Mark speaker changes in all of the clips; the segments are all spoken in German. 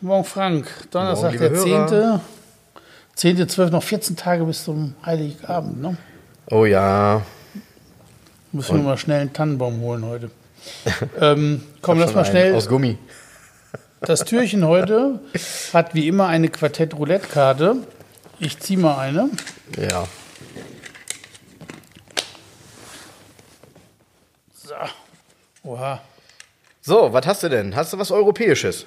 Speaker 1: Morgen Frank, Donnerstag
Speaker 2: Morgen, liebe
Speaker 1: der
Speaker 2: Hörer.
Speaker 1: 10. 10. 12. noch 14 Tage bis zum Heiligabend. Ne?
Speaker 2: Oh ja,
Speaker 1: Müssen wir mal schnell einen Tannenbaum holen heute. ähm, komm, lass
Speaker 2: schon
Speaker 1: mal
Speaker 2: einen
Speaker 1: schnell.
Speaker 2: aus Gummi.
Speaker 1: Das Türchen heute hat wie immer eine Quartett-Roulette-Karte. Ich ziehe mal eine.
Speaker 2: Ja.
Speaker 1: So. Oha.
Speaker 2: So, was hast du denn? Hast du was Europäisches?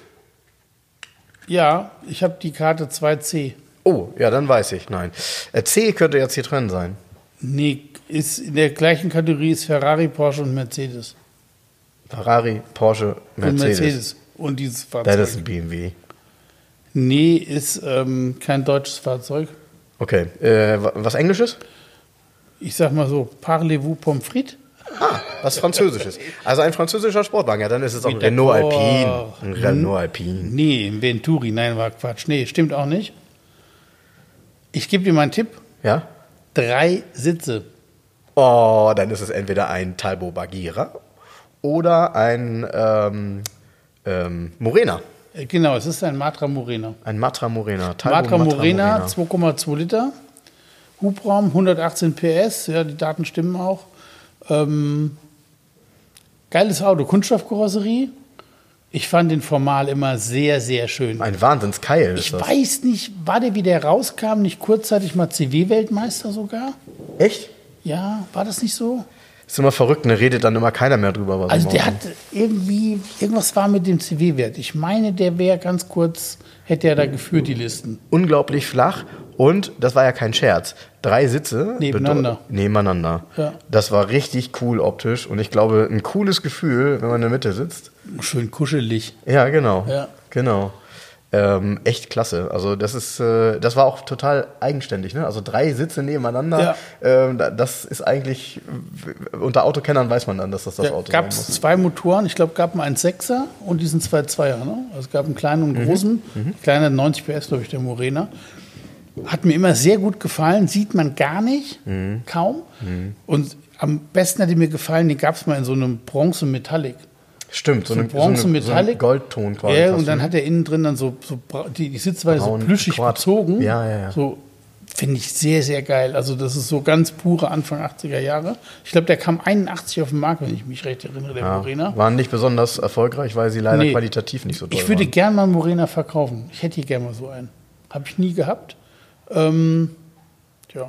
Speaker 1: Ja, ich habe die Karte 2C.
Speaker 2: Oh, ja, dann weiß ich. Nein. Äh, C könnte jetzt hier drin sein.
Speaker 1: Nee, ist in der gleichen Kategorie ist Ferrari, Porsche und Mercedes.
Speaker 2: Ferrari, Porsche, Mercedes.
Speaker 1: Und Mercedes. Und dieses Fahrzeug.
Speaker 2: Das ist ein BMW.
Speaker 1: nee, ist ähm, kein deutsches Fahrzeug.
Speaker 2: Okay. Äh, wa- was Englisches?
Speaker 1: Ich sag mal so, parlez-vous pommes frites?
Speaker 2: Ah, was Französisches. Also ein französischer Sportwagen. Ja, dann ist es auch ein
Speaker 1: Mit der
Speaker 2: Renault
Speaker 1: Cor-
Speaker 2: Alpine. Ein Renault Alpine.
Speaker 1: Nee, im Venturi, nein, war Quatsch. Nee, stimmt auch nicht. Ich gebe dir mal einen Tipp.
Speaker 2: Ja?
Speaker 1: Drei Sitze.
Speaker 2: Oh, dann ist es entweder ein Talbo Bagheera oder ein ähm, ähm, Morena.
Speaker 1: Äh, Genau, es ist ein Matra Morena.
Speaker 2: Ein Matra Morena. Talbo
Speaker 1: Matra Morena, 2,2 Liter. Hubraum 118 PS, ja, die Daten stimmen auch. Ähm, geiles Auto, Kunststoffkarosserie. Ich fand den formal immer sehr, sehr schön.
Speaker 2: Ein Wahnsinnskeil ist
Speaker 1: Ich
Speaker 2: das.
Speaker 1: weiß nicht, war der, wie der rauskam, nicht kurzzeitig mal CW-Weltmeister sogar?
Speaker 2: Echt?
Speaker 1: Ja, war das nicht so?
Speaker 2: Ist immer verrückt, ne? Redet dann immer keiner mehr drüber. Was
Speaker 1: Also
Speaker 2: im
Speaker 1: der
Speaker 2: Auto-
Speaker 1: hat irgendwie, irgendwas war mit dem CW-Wert. Ich meine, der wäre ganz kurz, hätte er da geführt, die Listen.
Speaker 2: Unglaublich flach und, das war ja kein Scherz, drei Sitze.
Speaker 1: Nebeneinander.
Speaker 2: bedeu- Nebeneinander.
Speaker 1: Ja.
Speaker 2: Das war richtig cool optisch und ich glaube, ein cooles Gefühl, wenn man in der Mitte sitzt.
Speaker 1: Schön kuschelig.
Speaker 2: Ja, genau.
Speaker 1: Ja.
Speaker 2: Genau. Ähm, echt klasse. Also das ist, äh, das war auch total eigenständig. Ne? Also drei Sitze nebeneinander. Ähm, da- das ist eigentlich w- unter Autokennern weiß man dann, dass das das
Speaker 1: Ja,
Speaker 2: Auto
Speaker 1: gab
Speaker 2: sein
Speaker 1: es
Speaker 2: muss.
Speaker 1: zwei Motoren, ich glaube, gab einen 1,6er und diesen zwei Zweier. Ne? Also es gab einen kleinen
Speaker 2: Mhm.
Speaker 1: und einen großen. Kleiner 90 PS, glaube ich, der Morena. Hat mir immer sehr gut gefallen, sieht man gar nicht,
Speaker 2: Mhm.
Speaker 1: kaum. Und am besten hat die mir gefallen, die gab es mal in so einem Bronze Metallic.
Speaker 2: Stimmt, so,
Speaker 1: So
Speaker 2: eine,
Speaker 1: Bronze
Speaker 2: so, eine, so ein
Speaker 1: Metallic.
Speaker 2: Goldton quasi.
Speaker 1: Ja,
Speaker 2: fast.
Speaker 1: und dann hat er innen drin dann so, so bra- die, die Sitzweise
Speaker 2: Braun,
Speaker 1: so plüschig
Speaker 2: Quad.
Speaker 1: bezogen.
Speaker 2: Ja, ja, ja.
Speaker 1: So finde ich sehr, sehr geil. Also das ist so ganz pure Anfang 80er Jahre. Ich glaube, der kam 81 auf den Markt, wenn ich mich recht erinnere, der Morena.
Speaker 2: ja, waren nicht besonders erfolgreich, weil sie leider
Speaker 1: Nee.
Speaker 2: qualitativ nicht so toll
Speaker 1: Ich würde
Speaker 2: waren.
Speaker 1: gern mal einen Morena verkaufen. Ich hätte hier gern mal so einen. Habe ich nie gehabt. Ähm, tja.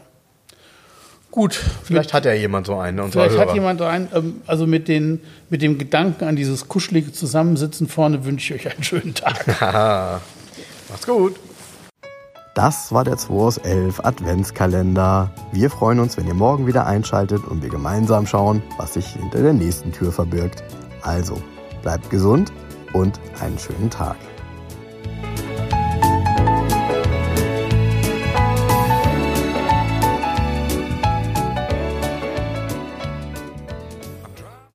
Speaker 1: Gut.
Speaker 2: Vielleicht hat ja jemand so einen. ne,
Speaker 1: mit,
Speaker 2: unserer
Speaker 1: vielleicht hat
Speaker 2: Hörer.
Speaker 1: jemand einen. Ähm, also mit, den, mit dem Gedanken an dieses kuschelige Zusammensitzen vorne wünsche ich euch einen schönen Tag.
Speaker 2: Macht's gut.
Speaker 3: Das war der 2 aus 11 Adventskalender. Wir freuen uns, wenn ihr morgen wieder einschaltet und wir gemeinsam schauen, was sich hinter der nächsten Tür verbirgt. Also, bleibt gesund und einen schönen Tag.